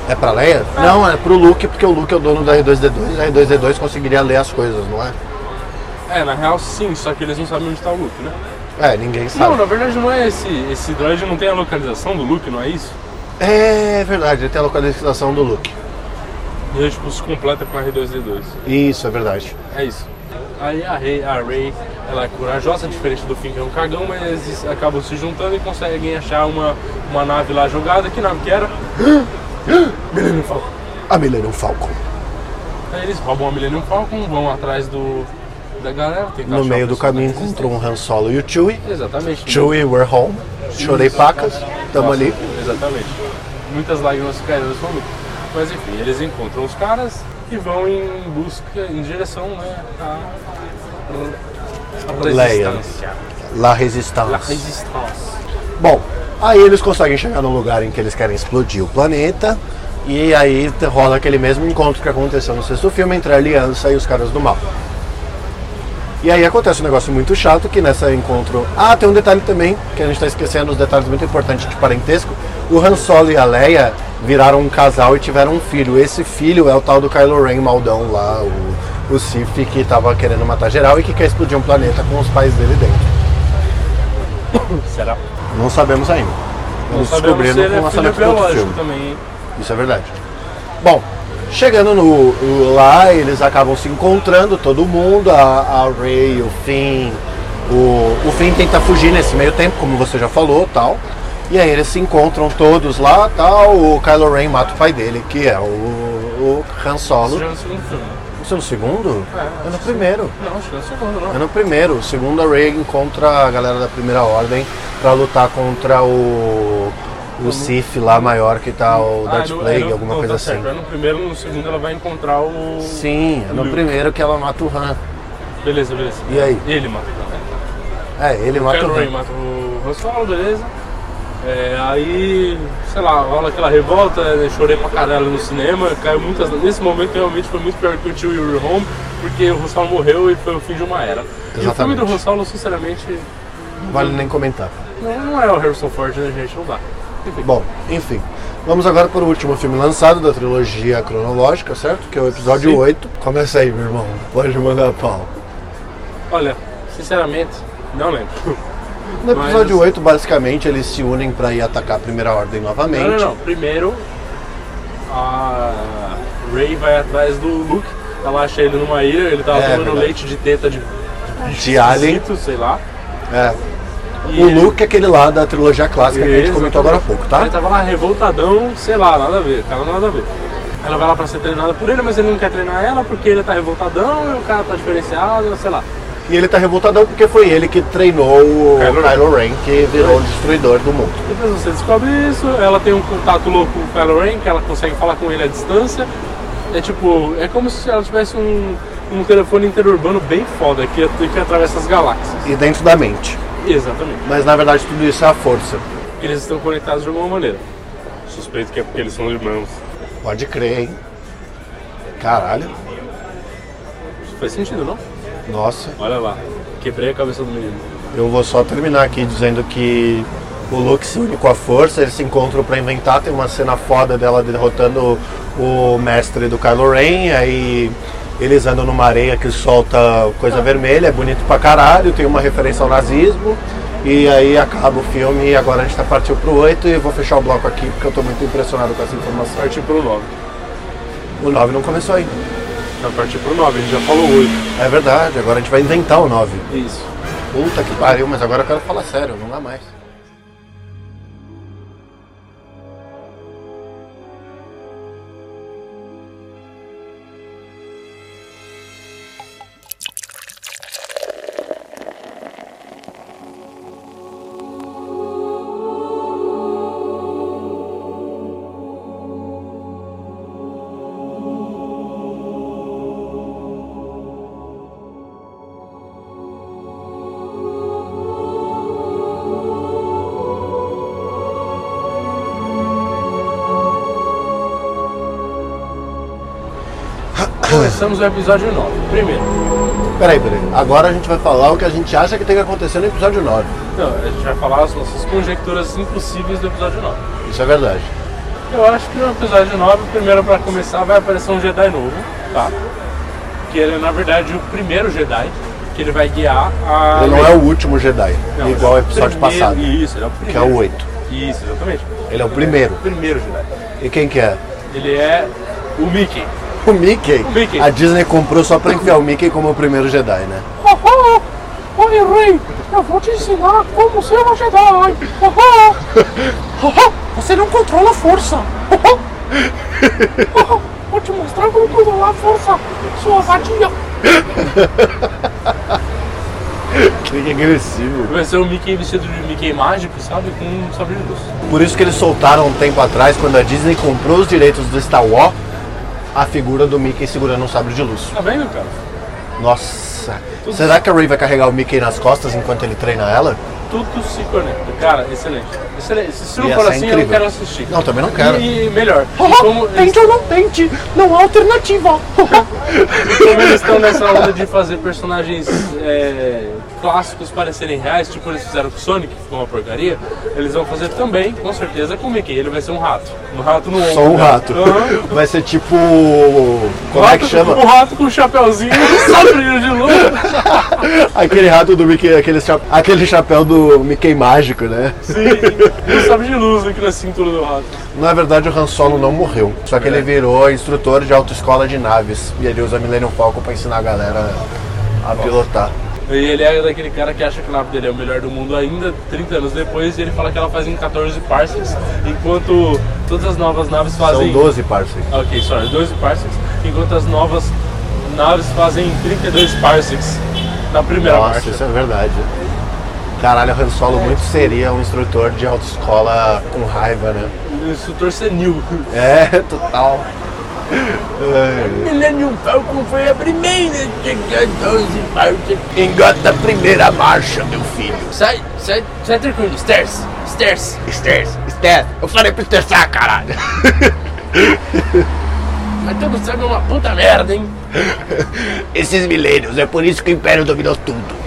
Speaker 1: É para Leia? Não, é pro Luke, porque o Luke é o dono do R2-D2 e o R2-D2 conseguiria ler as coisas, não é?
Speaker 2: É, na real sim, só que eles não sabem onde tá o Luke, né?
Speaker 1: É, ninguém
Speaker 2: Não,
Speaker 1: sabe.
Speaker 2: na verdade não é esse. Esse droid não tem a localização do Luke, não é isso?
Speaker 1: É verdade, ele tem a localização do Luke.
Speaker 2: E aí, tipo, se completa com R2D2.
Speaker 1: Isso, é verdade.
Speaker 2: É isso. Aí a Rey, a Rey, ela é corajosa, diferente do Finn que é um cagão, mas eles acabam se juntando e conseguem achar uma, uma nave lá jogada. Que nave que era? Millennium Falcon.
Speaker 1: A Millennium Falcon.
Speaker 2: Aí eles roubam a Millennium Falcon, vão atrás do da galera, tentar
Speaker 1: No
Speaker 2: achar
Speaker 1: meio
Speaker 2: o
Speaker 1: do
Speaker 2: pessoal
Speaker 1: caminho
Speaker 2: da Resistência.
Speaker 1: encontrou um Han Solo e o Chewie.
Speaker 2: Exatamente.
Speaker 1: Chewie, we're home. Chorei pacas, tamo ali.
Speaker 2: Exatamente. Muitas lágrimas caíram nesse momento. Mas enfim, eles encontram os caras e vão em busca, em direção né, à à
Speaker 1: Leia.
Speaker 2: resistência.
Speaker 1: La
Speaker 2: La
Speaker 1: Resistance.
Speaker 2: resistência.
Speaker 1: Bom, aí eles conseguem chegar no lugar em que eles querem explodir o planeta. E aí te- rola aquele mesmo encontro que aconteceu no sexto filme entre a Aliança e os caras do mal. E aí acontece um negócio muito chato que nessa encontro. Ah, tem um detalhe também, que a gente tá esquecendo, os detalhes muito importantes de parentesco. O Han Solo e a Leia viraram um casal e tiveram um filho. Esse filho é o tal do Kylo Ren maldão lá, o, o Sif que tava querendo matar geral e que quer explodir um planeta com os pais dele dentro.
Speaker 2: Será?
Speaker 1: Não sabemos ainda. Vamos
Speaker 2: sabemos se
Speaker 1: descobrindo
Speaker 2: ele
Speaker 1: com o
Speaker 2: é filho
Speaker 1: lançamento do outro
Speaker 2: biológico tá?
Speaker 1: filme.
Speaker 2: também. hein?
Speaker 1: Isso é verdade. Bom, chegando no, no- lá, eles acabam se encontrando, todo mundo, a, a Ray, o Finn. O, o Finn tenta fugir nesse meio tempo, como você já falou, tal. E aí eles se encontram todos lá, tal. O Kylo Ren mata o pai dele, que é o, o Han
Speaker 2: Isso já
Speaker 1: Solo.
Speaker 2: é no segundo filme.
Speaker 1: Isso é no segundo? É no primeiro.
Speaker 2: Não, acho que é no segundo,
Speaker 1: É
Speaker 2: não.
Speaker 1: no primeiro. O segundo a Ray encontra a galera da primeira ordem pra lutar contra o. O Sif lá maior que tá o Darth
Speaker 2: no-
Speaker 1: Plague,
Speaker 2: é no- né?
Speaker 1: alguma
Speaker 2: não,
Speaker 1: coisa
Speaker 2: tá
Speaker 1: assim.
Speaker 2: certo, É no primeiro, no segundo ela vai encontrar o.
Speaker 1: Sim, é no
Speaker 2: Luke.
Speaker 1: primeiro que ela mata o Han.
Speaker 2: Beleza, beleza.
Speaker 1: E aí?
Speaker 2: Ele mata o cara.
Speaker 1: É, ele mata
Speaker 2: Kylo
Speaker 1: o
Speaker 2: Ren
Speaker 1: Han.
Speaker 2: mata o Han Solo, beleza? É, aí, sei lá, rola aquela revolta, né, chorei pra caralho no cinema, caiu muitas. Nesse momento realmente foi muito pior que o Tio Your Home, porque o Han Solo morreu e foi o fim de uma era. E o filme
Speaker 1: Exatamente.
Speaker 2: do Han Solo, sinceramente,
Speaker 1: Não vale nem comentar.
Speaker 2: não, não é o Harrison Ford, né, gente? Não dá. Enfim.
Speaker 1: Bom, enfim. Vamos agora para o último filme lançado da trilogia cronológica, certo? Que é o episódio
Speaker 2: Sim.
Speaker 1: 8. Começa aí, meu irmão. Pode mandar pau.
Speaker 2: Olha, sinceramente, não lembro.
Speaker 1: No
Speaker 2: Mas-
Speaker 1: episódio 8, basicamente, eles se unem para ir atacar a Primeira Ordem novamente.
Speaker 2: Não, não, não. Primeiro, a Ray vai atrás do Luke. Ela acha ele numa ilha, ele tava
Speaker 1: É,
Speaker 2: tomando
Speaker 1: verdade.
Speaker 2: leite de teta de
Speaker 1: De Alien.
Speaker 2: esquisito, sei lá.
Speaker 1: É.
Speaker 2: E
Speaker 1: O
Speaker 2: ele-
Speaker 1: Luke é aquele lá da trilogia clássica que a gente
Speaker 2: Isso,
Speaker 1: comentou agora há pouco, tá?
Speaker 2: Ele tava lá revoltadão, sei lá, nada a ver, cara, nada a ver. Ela vai lá pra ser treinada por ele, mas ele não quer treinar ela porque ele tá revoltadão e o cara tá diferenciado, sei lá.
Speaker 1: E ele tá revoltadão porque foi ele que treinou o
Speaker 2: Kylo Ren.
Speaker 1: Kylo Ren, que virou o destruidor do mundo.
Speaker 2: Depois você descobre isso, ela tem um contato louco com o Kylo Ren, que ela consegue falar com ele à distância. É tipo, é como se ela tivesse um, um telefone interurbano bem foda que, que atravessa as galáxias.
Speaker 1: E dentro da mente.
Speaker 2: Exatamente.
Speaker 1: Mas na verdade tudo isso é a força.
Speaker 2: Eles estão conectados de alguma maneira. Suspeito que é porque eles são irmãos.
Speaker 1: Pode crer, hein? Caralho.
Speaker 2: Isso faz sentido, não?
Speaker 1: Nossa.
Speaker 2: Olha lá, quebrei a cabeça do menino.
Speaker 1: Eu vou só terminar aqui dizendo que o Luke se une com a força, eles se encontram pra inventar, tem uma cena foda dela derrotando o mestre do Kylo Ren, aí eles andam numa areia que solta coisa vermelha, é bonito pra caralho, tem uma referência ao nazismo. E aí acaba o filme e agora a gente tá partindo pro 8 e eu vou fechar o bloco aqui porque eu tô muito impressionado com essa informação.
Speaker 2: Partir pro 9.
Speaker 1: O 9 não começou ainda.
Speaker 2: Vai partir pro 9, a gente já falou 8.
Speaker 1: É verdade, agora a gente vai inventar o 9.
Speaker 2: Isso.
Speaker 1: Puta que pariu, mas agora eu quero falar sério, não dá mais.
Speaker 2: Começamos o episódio 9. Primeiro.
Speaker 1: Peraí, peraí. Agora a gente vai falar o que a gente acha que tem que acontecer no episódio 9.
Speaker 2: Não, Então, a gente vai falar as nossas conjecturas impossíveis do episódio 9.
Speaker 1: Isso é verdade.
Speaker 2: Eu acho que no episódio 9, primeiro pra começar, vai aparecer um Jedi novo, tá? Que ele é, na verdade, o primeiro Jedi, que ele vai guiar a...
Speaker 1: Ele não é o último Jedi,
Speaker 2: Não,
Speaker 1: igual ao
Speaker 2: ele é o
Speaker 1: episódio
Speaker 2: primeiro-
Speaker 1: passado,
Speaker 2: Isso, ele é o primeiro.
Speaker 1: que é o 8.
Speaker 2: Isso, exatamente.
Speaker 1: Ele é o primeiro.
Speaker 2: Primeiro Jedi.
Speaker 1: E quem que é?
Speaker 2: Ele é o Mickey.
Speaker 1: O Mickey.
Speaker 2: Mickey.
Speaker 1: A Disney comprou só pra enfiar o Mickey como o primeiro Jedi, né?
Speaker 2: Oi, Rei, eu vou te ensinar como ser uma Jedi. Você não controla a força. Vou te mostrar como controlar a força, sua vadia.
Speaker 1: Que
Speaker 2: é
Speaker 1: agressivo.
Speaker 2: Vai ser o Mickey vestido de Mickey mágico, sabe? Com um sabre de luz.
Speaker 1: Por isso que eles soltaram um tempo atrás, quando a Disney comprou os direitos do Star Wars, a figura do Mickey segurando um sabre de luz.
Speaker 2: Tá vendo, cara?
Speaker 1: Nossa. Será que a Rey vai carregar o Mickey nas costas enquanto ele treina ela?
Speaker 2: Tudo se conecta. Cara, excelente. excelente. Se não
Speaker 1: Ia
Speaker 2: for
Speaker 1: ser
Speaker 2: assim, eu não
Speaker 1: incrível.
Speaker 2: quero assistir.
Speaker 1: Não, também não quero. Oh,
Speaker 2: E, e melhor, como eles,
Speaker 4: Tente ou não tente, não há alternativa.
Speaker 2: como eles estão nessa onda de fazer personagens é, clássicos parecerem reais, tipo eles fizeram com o Sonic, que ficou uma porcaria, eles vão fazer também, com certeza, com o Mickey. Ele vai ser um rato. Um rato no ombro.
Speaker 1: Só um rato.
Speaker 2: Aham.
Speaker 1: Vai ser tipo. Como é que
Speaker 2: Um
Speaker 1: chama?
Speaker 2: rato com um chapéuzinho, um sabre de luz.
Speaker 1: Aquele rato do Mickey, aquele, cha- aquele chapéu do Mickey mágico, né?
Speaker 2: Sim, um sabre de luz aqui na cintura do rato.
Speaker 1: Na verdade, o Han Solo não morreu. Só que ele virou instrutor de autoescola de naves. E ele usa Millennium Falcon pra ensinar a galera a pilotar.
Speaker 2: E ele é daquele cara que acha que o nave dele é o melhor do mundo ainda 30 anos depois e ele fala que ela faz em 14 parsecs, enquanto todas as novas naves
Speaker 1: São
Speaker 2: fazem.
Speaker 1: 12 parceiros.
Speaker 2: Ah, Ok, sorry, 12 parsecs, enquanto as novas naves fazem 32 parsecs na primeira
Speaker 1: Nossa,
Speaker 2: marcha.
Speaker 1: isso é verdade. Caralho, o Han Solo muito seria um instrutor de autoescola com raiva, né?
Speaker 2: Instrutor senil.
Speaker 1: É, total. É.
Speaker 2: Millennium Falcon foi a primeira de 14 parsecs.
Speaker 1: Engata a primeira marcha, meu filho.
Speaker 2: Sai, sai, sai tranquilo, stairs, stairs.
Speaker 1: Stairs, Stairs, eu falei pra estressar, caralho.
Speaker 2: Mas todo sabe um uma puta merda, hein?
Speaker 1: Esses milênios, é por isso que o Império dominou tudo.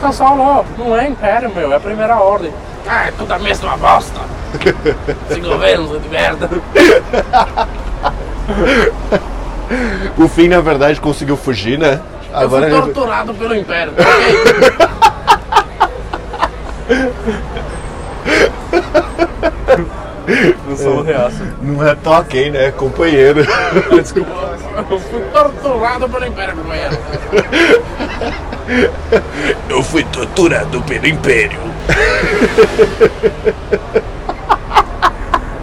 Speaker 2: Pessoal, não, não é império, meu, é a primeira ordem. Ah, é tudo a mesma bosta. Esse governo de merda.
Speaker 1: O Finn, na verdade, conseguiu fugir, né?
Speaker 2: Eu fui
Speaker 1: Agora ele...
Speaker 2: torturado pelo império. tá ok? Não sou o reaço.
Speaker 1: não é tá ok, né? Companheiro.
Speaker 2: Ah, Desculpa. Eu fui torturado pelo império, meu irmão.
Speaker 3: Eu fui torturado pelo Império.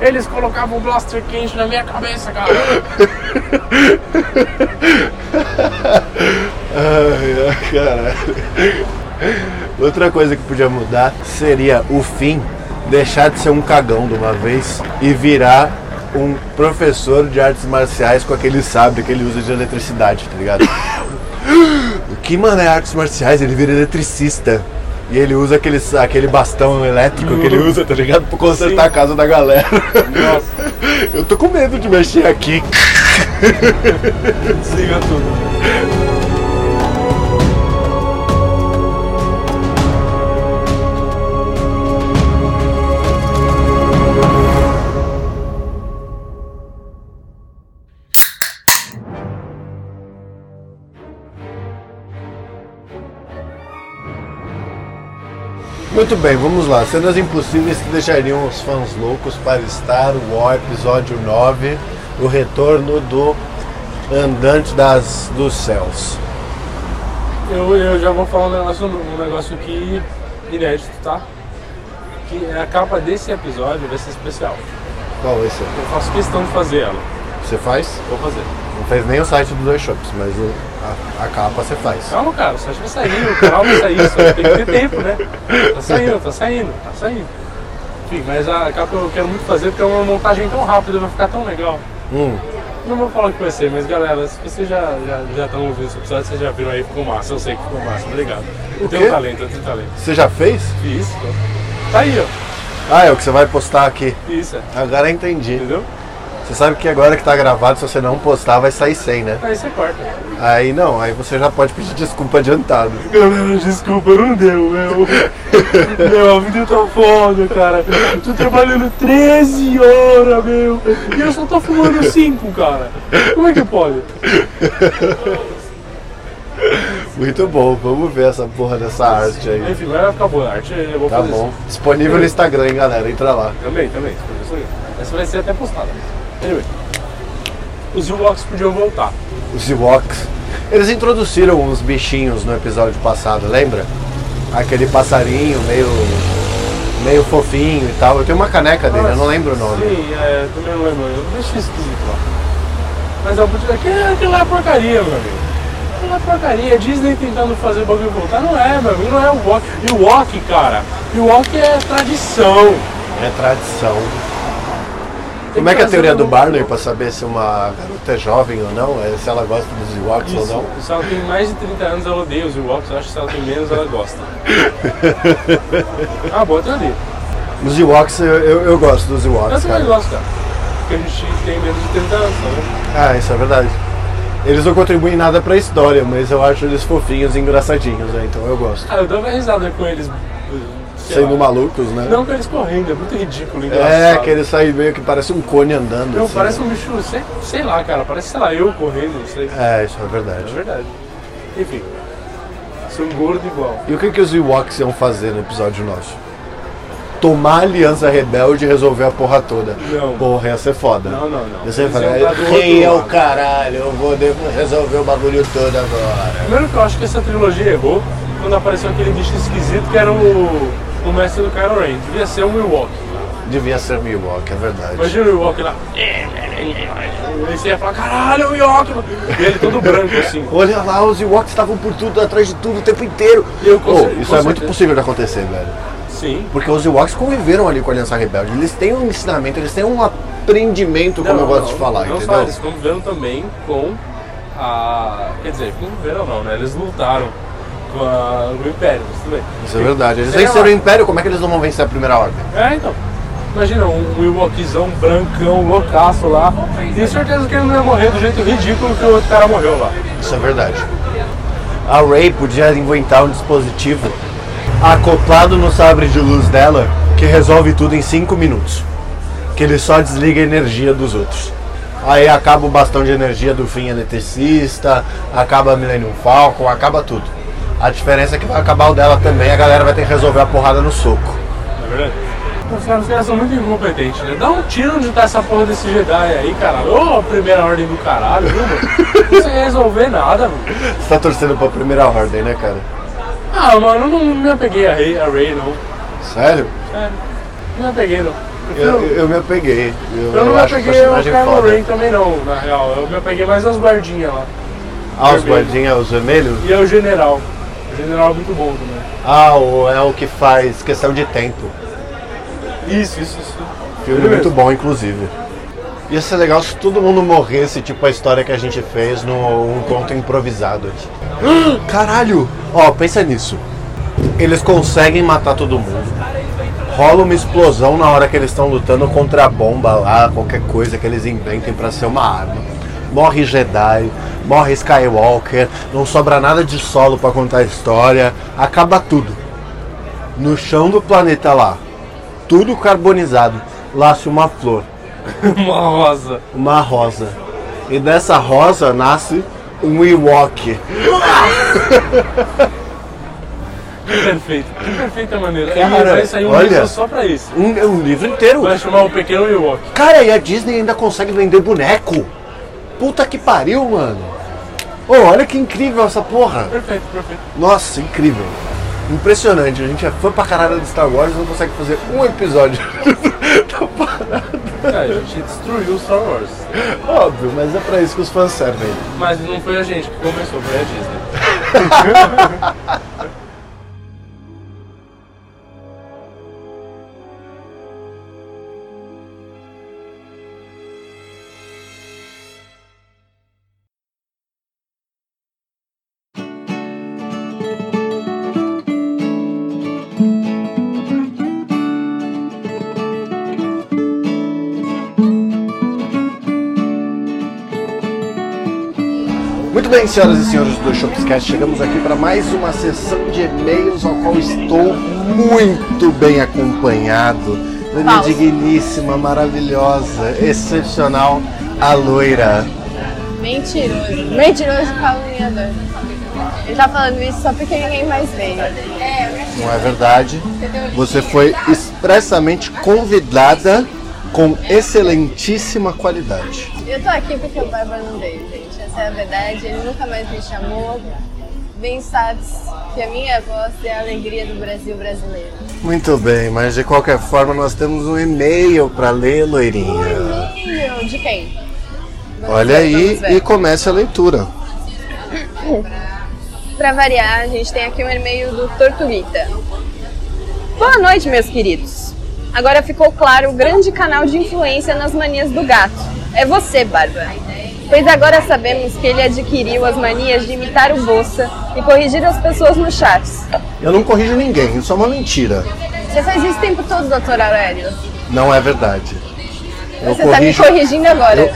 Speaker 2: Eles colocavam um blaster quente na minha cabeça, cara.
Speaker 1: Ai, ai, caralho. Outra coisa que podia mudar seria o Finn deixar de ser um cagão de uma vez e virar um professor de artes marciais com aquele sabre que ele usa de eletricidade, tá ligado? que mano é artes marciais? Ele vira eletricista. E ele usa aquele, sa- aquele bastão elétrico que ele usa, tá ligado? Pra consertar
Speaker 2: Sim.
Speaker 1: a casa da galera.
Speaker 2: Nossa,
Speaker 1: Eu tô com medo de mexer aqui.
Speaker 2: desliga tudo.
Speaker 1: Muito bem, vamos lá. Cenas impossíveis que deixariam os fãs loucos para Star Wars Episódio 9, o retorno do andante das, dos céus.
Speaker 2: Eu, eu já vou falar um negócio, um negócio que inédito, tá? Que é a capa desse episódio vai ser especial.
Speaker 1: Qual esse?
Speaker 2: Eu faço questão de fazer ela.
Speaker 1: Você faz?
Speaker 2: Vou fazer.
Speaker 1: Não fez nem o site dos dois shops, mas o- a, a capa você faz.
Speaker 2: Calma, cara, o site vai sair, o canal vai sair, só tem que ter tempo, né? Tá saindo, tá saindo, tá saindo. Enfim, mas a capa eu quero muito fazer porque é uma montagem tão rápida, vai ficar tão legal.
Speaker 1: Hum,
Speaker 2: Não vou falar o que vai ser, mas galera, se vocês já estão já, já tão ouvindo esse episódio, vocês já viram aí, ficou massa, eu sei que ficou massa, obrigado. Eu tenho um
Speaker 1: quê?
Speaker 2: talento, eu tenho talento.
Speaker 1: você já fez?
Speaker 2: Fiz, tô- tá aí, ó,
Speaker 1: Ah, é o que você vai postar aqui.
Speaker 2: fiz, é.
Speaker 1: Agora eu entendi.
Speaker 2: entendeu?
Speaker 1: Você sabe que agora que tá gravado, se você não postar, vai sair sem, né?
Speaker 2: Aí você corta.
Speaker 1: Aí não, aí você já pode pedir desculpa adiantado.
Speaker 2: Galera, desculpa, não deu, meu. Meu, a vida tá foda, cara. Eu tô trabalhando 13 horas, meu. E eu só tô fumando 5, cara. Como é que pode?
Speaker 1: Muito bom, vamos ver essa porra dessa arte aí.
Speaker 2: Enfim, agora acabou né? a arte, eu vou
Speaker 1: Tá
Speaker 2: fazer
Speaker 1: bom.
Speaker 2: isso.
Speaker 1: Disponível no Instagram, hein, galera. Entra lá.
Speaker 2: Também, também. escreveu isso aí. Essa vai ser até postada. Anyway. Os Ewoks podiam voltar.
Speaker 1: Os Ewoks. Eles introduziram uns bichinhos no episódio passado, lembra? Aquele passarinho meio. meio fofinho e tal. Eu tenho uma caneca dele, eu não lembro o nome.
Speaker 2: Sim, é, também não lembro. Eu deixei esquisito lá. Mas é podia... aquilo, aquilo lá é porcaria, meu amigo. Aquilo lá é porcaria. Disney tentando fazer o bagulho voltar. Não é, meu amigo. Não é o Walk. E o Walk, cara. E o Walk é tradição.
Speaker 1: É tradição.
Speaker 2: Tem
Speaker 1: Como é que é a
Speaker 2: trazer
Speaker 1: teoria do
Speaker 2: um-
Speaker 1: Barney pra saber se uma garota é jovem ou não? É se ela gosta dos Ewoks ou
Speaker 2: Isso.
Speaker 1: não?
Speaker 2: Se ela tem mais de 30 anos, ela odeia os Ewoks. Eu acho que se ela tem menos, ela gosta. ah, boa teoria.
Speaker 1: Os Ewoks, eu, eu, eu gosto dos
Speaker 2: Eu
Speaker 1: Ewoks,
Speaker 2: também
Speaker 1: cara.
Speaker 2: gosto, cara. Porque a gente tem menos de 30 anos, né?
Speaker 1: Ah, isso é verdade. Eles não contribuem em nada pra história, mas eu acho eles fofinhos e engraçadinhos, né? Então eu gosto.
Speaker 2: Ah, eu dava risada com eles. sei
Speaker 1: Sendo
Speaker 2: lá.
Speaker 1: malucos, né?
Speaker 2: Não com eles correndo, é muito ridículo, engraçado.
Speaker 1: É, que ele sai meio que parece um cone andando.
Speaker 2: Não,
Speaker 1: assim.
Speaker 2: parece um bicho, sei, sei lá, cara, parece, sei lá, eu correndo, não sei. É,
Speaker 1: É, isso é verdade.
Speaker 2: verdade. Enfim, sou um gordo igual.
Speaker 1: E o que, que os Ewoks iam fazer no episódio 9? Tomar a aliança rebelde e resolver a porra toda.
Speaker 2: Não.
Speaker 1: Porra, ia ser foda.
Speaker 2: Não, não, não.
Speaker 1: Você
Speaker 2: Eles
Speaker 1: falar,
Speaker 2: iam pra do
Speaker 1: quem
Speaker 2: outro
Speaker 1: é o
Speaker 2: lado."
Speaker 1: caralho? Eu vou de- resolver o bagulho todo agora.
Speaker 2: Primeiro que eu acho que essa trilogia errou quando apareceu aquele bicho esquisito que era o, o mestre do Kylo Ren. Devia ser um Ewok.
Speaker 1: Devia ser Milwaukee, é verdade.
Speaker 2: Imagina o Ewok lá. Ele ia falar, caralho, o Ewok! mano." E ele todo branco assim.
Speaker 1: Olha lá, os Ewoks estavam por tudo, atrás de tudo, o tempo inteiro.
Speaker 2: Eu com
Speaker 1: Oh,
Speaker 2: cer-
Speaker 1: isso
Speaker 2: com
Speaker 1: é muito
Speaker 2: certeza.
Speaker 1: possível de acontecer, velho.
Speaker 2: Sim.
Speaker 1: Porque os Ewoks conviveram ali com a Aliança Rebelde. Eles têm um ensinamento, eles têm um aprendimento, como eu gosto de falar,
Speaker 2: não
Speaker 1: entendeu?
Speaker 2: Só, eles conviveram também com a. Quer dizer, conviveram não, né? Eles lutaram com a, com o Império, mas tudo bem.
Speaker 1: Isso é verdade. Eles
Speaker 2: Sei
Speaker 1: venceram
Speaker 2: lá.
Speaker 1: o Império, como é que eles não vão vencer a Primeira Ordem?
Speaker 2: É, então. Imagina, um, um Ewokzão brancão, loucaço lá. Tenho certeza que ele não ia morrer do jeito ridículo que o outro cara morreu lá.
Speaker 1: Isso é verdade. A Rey podia inventar um dispositivo acoplado no sabre de luz dela que resolve tudo em 5 minutos. Que ele só desliga a energia dos outros. Aí acaba o bastão de energia do fim eletricista, acaba a Millennium Falcon, acaba tudo. A diferença é que vai acabar o dela também, a galera vai ter que resolver a porrada no soco.
Speaker 2: Na é verdade. Os caras, os caras são muito incompetentes, né? Dá um tiro onde tá essa porra desse Jedi aí, caralho. Ô, primeira ordem do caralho, viu, mano? Não sei resolver nada, mano.
Speaker 1: Você tá torcendo pra primeira ordem, né, cara?
Speaker 2: Ah, mano, eu não, não me apeguei a Rey, a Rey não.
Speaker 1: Sério?
Speaker 2: É, não peguei não.
Speaker 1: Eu,
Speaker 2: Eu,
Speaker 1: eu me apeguei. Eu,
Speaker 2: eu não me
Speaker 1: acho o
Speaker 2: apeguei ao
Speaker 1: personagem
Speaker 2: Kylo
Speaker 1: foda.
Speaker 2: Ren também não, na real. Eu me apeguei mais aos guardinhas lá.
Speaker 1: Ah, os
Speaker 2: Vermelho.
Speaker 1: guardinhas, os vermelhos?
Speaker 2: E ao general. O general é muito bom também.
Speaker 1: Ah, o, é o que faz questão de tempo.
Speaker 2: Isso, isso, isso.
Speaker 1: Filme
Speaker 2: Ele
Speaker 1: muito
Speaker 2: mesmo.
Speaker 1: bom, inclusive. Ia ser legal se todo mundo morresse, tipo a história que a gente fez num um conto improvisado aqui. Ah, Caralho! Ó, pensa nisso. Eles conseguem matar todo mundo. Rola uma explosão na hora que eles estão lutando contra a bomba lá, qualquer coisa que eles inventem pra ser uma arma. Morre Jedi, morre Skywalker, não sobra nada de solo pra contar a história, acaba tudo. No chão do planeta lá, tudo carbonizado, nasce uma flor,
Speaker 2: Uma rosa.
Speaker 1: uma rosa. E dessa rosa nasce um Ewok.
Speaker 2: Que perfeito. Que perfeita maneira. E
Speaker 1: Cara,
Speaker 2: vai sair um
Speaker 1: olha.
Speaker 2: livro só pra isso.
Speaker 1: Um, um livro inteiro.
Speaker 2: Vai chamar o Pequeno Ewok.
Speaker 1: Cara, e a Disney ainda consegue vender boneco? Puta que pariu, mano. Ô, olha que incrível essa porra.
Speaker 2: Perfeito, perfeito.
Speaker 1: Nossa, incrível. Impressionante. A gente é fã pra caralho de Star Wars e não consegue fazer um episódio.
Speaker 2: Cara, É, a gente destruiu o Star Wars.
Speaker 1: Óbvio, mas é pra isso que os fãs servem.
Speaker 2: Mas não foi a gente que começou, foi a Disney.
Speaker 1: Muito bem, senhoras e senhores do Shopscast, chegamos aqui para mais uma sessão de e-mails ao qual estou muito bem acompanhado. Da minha
Speaker 5: Falso.
Speaker 1: digníssima, maravilhosa, excepcional, a loira.
Speaker 5: Mentiroso. Mentiroso e caluniador. Ele tá falando isso só porque ninguém mais veio.
Speaker 1: Não é verdade? Você foi expressamente convidada com excelentíssima qualidade.
Speaker 5: Eu tô aqui porque o Barba não veio, gente. Essa é a verdade. Ele nunca mais me chamou. Bem sabes que a minha voz é a alegria do Brasil brasileiro.
Speaker 1: Muito bem, mas de qualquer forma nós temos um e-mail para ler,
Speaker 5: Um
Speaker 1: loirinha.
Speaker 5: e-mail de quem? Vamos
Speaker 1: Olha
Speaker 5: ver,
Speaker 1: aí
Speaker 5: vamos ver.
Speaker 1: e comece a leitura.
Speaker 5: Pra variar, a gente tem aqui um e-mail do Tortuguita. Boa noite, meus queridos. Agora ficou claro o grande canal de influência nas manias do gato. É você, Barba. Pois agora sabemos que ele adquiriu as manias de imitar o Bolsa e corrigir as pessoas no chat.
Speaker 1: Eu não corrijo ninguém, isso é uma mentira.
Speaker 5: Você faz isso o tempo todo, doutor Aurélio.
Speaker 1: Não é verdade. Eu
Speaker 5: Você tá me
Speaker 1: corrijo,
Speaker 5: corrigindo agora.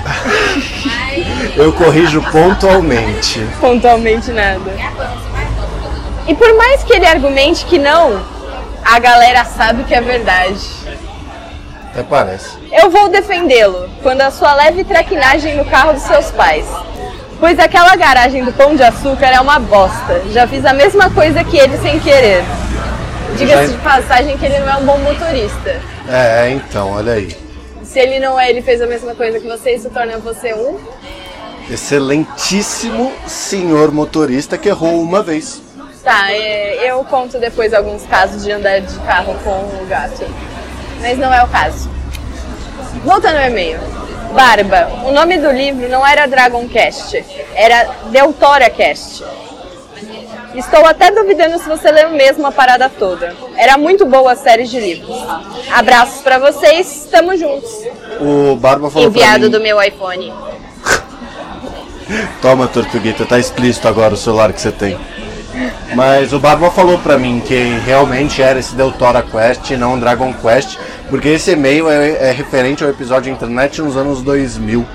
Speaker 1: Eu- eu corrijo pontualmente.
Speaker 5: pontualmente nada. E por mais que ele argumente que não, a galera sabe que é verdade.
Speaker 1: Até parece.
Speaker 5: Eu vou defendê-lo quando a sua leve traquinagem no carro dos seus pais. Pois aquela garagem do Pão de Açúcar é uma bosta. Já fiz a mesma coisa que ele sem querer. Diga-se de passagem que ele não é um bom motorista.
Speaker 1: É, então, olha aí.
Speaker 5: Se ele não é, ele fez a mesma coisa que você, isso torna você um.
Speaker 1: Excelentíssimo senhor motorista que errou uma vez.
Speaker 5: Tá, é, eu conto depois alguns casos de andar de carro com o gato. Mas não é o caso. Voltando ao e-mail. Barba, o nome do livro não era Dragon Cast, era Deltora Cast. Estou até duvidando se você leu mesmo a parada toda. Era muito boa a série de livros. Abraços pra vocês, tamo juntos.
Speaker 1: O Barba falou pra
Speaker 5: Enviado do
Speaker 1: mim,
Speaker 5: meu iPhone.
Speaker 1: Toma, Tortuguita, tá explícito agora o celular que você tem. Mas o Barba falou pra mim que realmente era esse Deltora Quest e não Dragon Quest, porque esse e-mail é, é referente ao episódio internet nos anos 2000,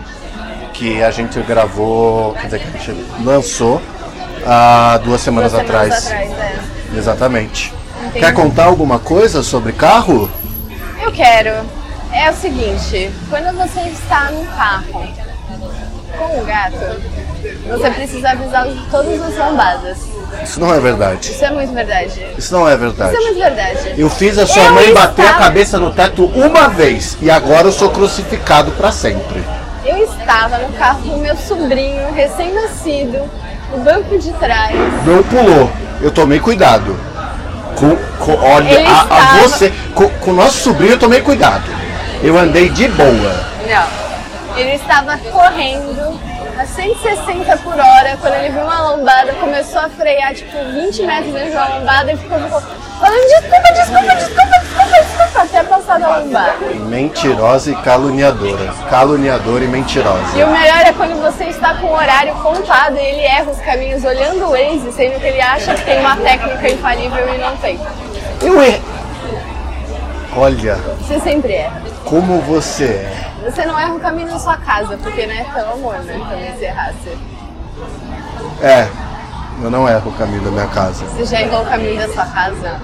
Speaker 1: que a gente gravou, quer dizer, que a gente lançou há duas semanas,
Speaker 5: Duas semanas
Speaker 1: atrás.
Speaker 5: é.
Speaker 1: Exatamente. Quer contar alguma coisa sobre carro?
Speaker 5: Eu quero. É o seguinte, quando você está num carro com um gato, você precisa avisá-lo de todas as lambadas.
Speaker 1: Isso não é verdade.
Speaker 5: Isso é muito verdade.
Speaker 1: Isso não é verdade.
Speaker 5: Isso é muito verdade.
Speaker 1: Eu fiz a sua
Speaker 5: Eu
Speaker 1: mãe bater
Speaker 5: estava-
Speaker 1: a cabeça no teto uma vez e agora eu sou crucificado pra sempre.
Speaker 5: Eu estava no carro do meu sobrinho recém-nascido, no banco de trás.
Speaker 1: Não pulou. Eu tomei cuidado. Com, com- olha,
Speaker 5: Ele
Speaker 1: a, a
Speaker 5: estava-
Speaker 1: você, com, com o nosso sobrinho eu tomei cuidado. Eu andei de boa.
Speaker 5: Não. Ele estava correndo a 160 por hora quando ele viu uma lombada, começou a frear tipo 20 metros dentro de uma lombada e ficou, ficou falando desculpa, desculpa, desculpa, desculpa, desculpa, até passar da lombada.
Speaker 1: Mentirosa e caluniadora. Caluniadora e mentirosa.
Speaker 5: E o melhor é quando você está com o horário contado e ele erra os caminhos olhando o Waze, sendo que ele acha que tem uma técnica infalível e não tem.
Speaker 1: Eu errei. Olha,
Speaker 5: Você sempre erra.
Speaker 1: como você é.
Speaker 5: Você não erra o caminho da sua casa, porque não é tão amor, né? Também se errasse.
Speaker 1: É, eu não erro o caminho da minha casa.
Speaker 5: Você já errou o caminho da sua casa?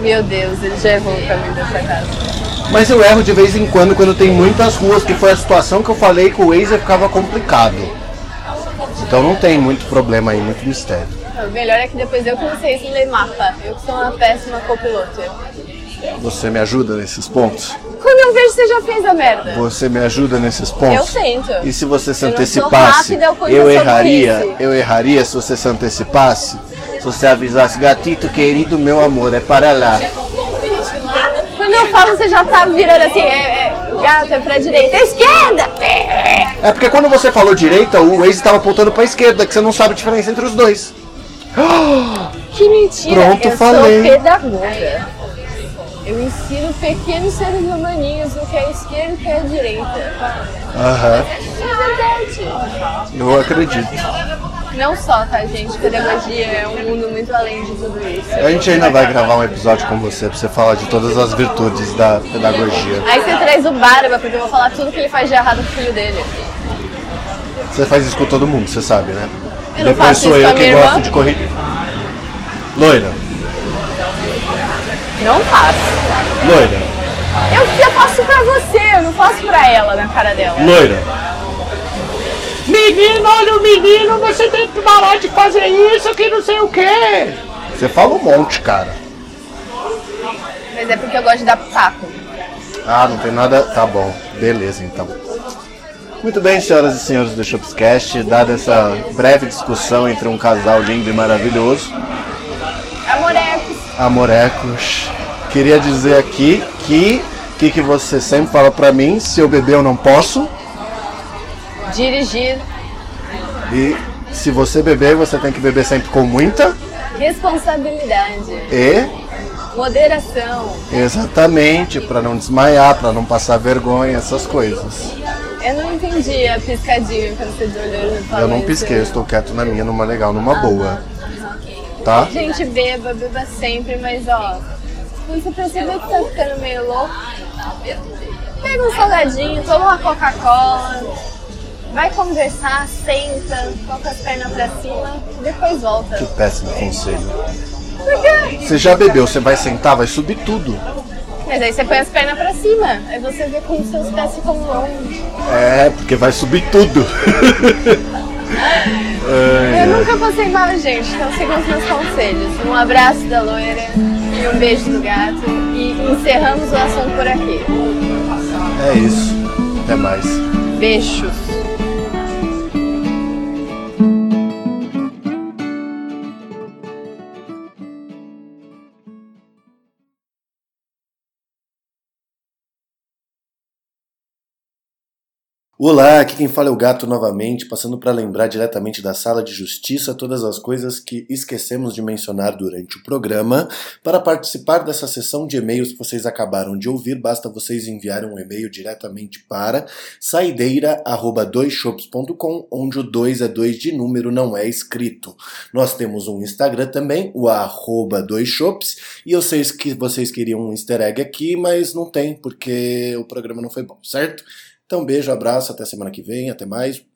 Speaker 5: Meu Deus, ele já errou o caminho da sua casa.
Speaker 1: Mas eu erro de vez em quando, quando tem muitas ruas, que foi a situação que eu falei que o Waze ficava complicado. Então não tem muito problema aí, muito mistério.
Speaker 5: O melhor é que depois eu que não sei ler mapa. Eu que sou uma péssima copiloto.
Speaker 1: Você me ajuda nesses pontos?
Speaker 5: Quando eu vejo, você já fez a merda.
Speaker 1: Você me ajuda nesses pontos?
Speaker 5: Eu tento.
Speaker 1: E se você se
Speaker 5: Eu não sou
Speaker 1: antecipasse?
Speaker 5: rápida, eu cuido
Speaker 1: eu
Speaker 5: sobre
Speaker 1: erraria.
Speaker 5: isso.
Speaker 1: Eu erraria se você se antecipasse? Se você avisasse, gatito querido, meu amor, é para lá.
Speaker 5: Quando eu falo, você já tá virando assim, é, é, gato, é pra direita, é esquerda!
Speaker 1: É porque quando você falou direita, o Waze estava apontando para esquerda, que você não sabe a diferença entre os dois.
Speaker 5: Que mentira!
Speaker 1: Pronto,
Speaker 5: eu
Speaker 1: falei.
Speaker 5: sou pedagoga. Eu ensino pequenos seres humaninhos o que é esquerda e o que é direita.
Speaker 1: Aham,
Speaker 5: É verdade.
Speaker 1: eu acredito.
Speaker 5: Não só, tá, gente? Pedagogia é um mundo muito além de tudo isso.
Speaker 1: A gente ainda vai gravar um episódio com você pra você falar de todas as virtudes da pedagogia.
Speaker 5: Aí você traz o Barba, porque eu vou falar tudo que ele faz de errado pro filho dele.
Speaker 1: Você faz isso com todo mundo, você sabe, né?
Speaker 5: Eu não
Speaker 1: Depois
Speaker 5: faço
Speaker 1: sou
Speaker 5: isso
Speaker 1: eu
Speaker 5: com a
Speaker 1: que
Speaker 5: minha
Speaker 1: gosto
Speaker 5: irmã.
Speaker 1: de corrida. Loira,
Speaker 5: Não faço.
Speaker 1: loira,
Speaker 5: Eu, eu faço pra você, eu não faço pra ela na cara dela.
Speaker 1: loira.
Speaker 6: Menino, olha o menino, você tem que parar de fazer isso que não sei o quê.
Speaker 1: Você fala um monte, cara.
Speaker 5: Mas é porque eu gosto de dar pitaco.
Speaker 1: Ah, não tem nada. Tá bom, beleza então. Muito bem, senhoras e senhores do Shopscast, dada essa breve discussão entre um casal lindo e maravilhoso,
Speaker 5: Amorecos.
Speaker 1: amorecos, queria dizer aqui que o que, que você sempre fala pra mim, se eu beber eu não posso,
Speaker 5: Dirigir.
Speaker 1: e se você beber, você tem que beber sempre com muita
Speaker 5: Responsabilidade.
Speaker 1: e
Speaker 5: Moderação.
Speaker 1: exatamente, pra não desmaiar, pra não passar vergonha, essas coisas.
Speaker 5: Eu não entendi a piscadinha quando você olhou e falou
Speaker 1: Eu não
Speaker 5: isso.
Speaker 1: pisquei, eu estou quieto na minha, numa legal, numa boa. Tá?
Speaker 5: Gente, beba, beba sempre, mas ó. Quando você perceber que tá ficando meio louco, pega um salgadinho, toma uma Coca-Cola, vai conversar, senta, coloca as pernas pra cima, depois volta.
Speaker 1: Que péssimo conselho.
Speaker 5: Por quê?
Speaker 1: Você já bebeu, você vai sentar, vai subir tudo.
Speaker 5: Mas aí você põe as pernas pra cima, aí você vê como um seus pés ficam longos.
Speaker 1: É, porque vai subir tudo. É.
Speaker 5: Eu nunca passei mal, gente, então sigam os meus conselhos. Um abraço da loira e um beijo do gato. E encerramos o assunto por aqui.
Speaker 1: É isso. Até mais.
Speaker 5: Beijos.
Speaker 1: Olá, aqui quem fala é o Gato novamente, passando para lembrar diretamente da Sala de Justiça todas as coisas que esquecemos de mencionar durante o programa. Para participar dessa sessão de e-mails que vocês acabaram de ouvir, basta vocês enviarem um e-mail diretamente para saideira@doisshops.com, onde o 2 é 2 de número, não é escrito. Nós temos um Instagram também, o arroba dois shops, e eu sei que vocês queriam um easter egg aqui, mas não tem, porque o programa não foi bom, certo? Então, beijo, abraço, até semana que vem, até mais.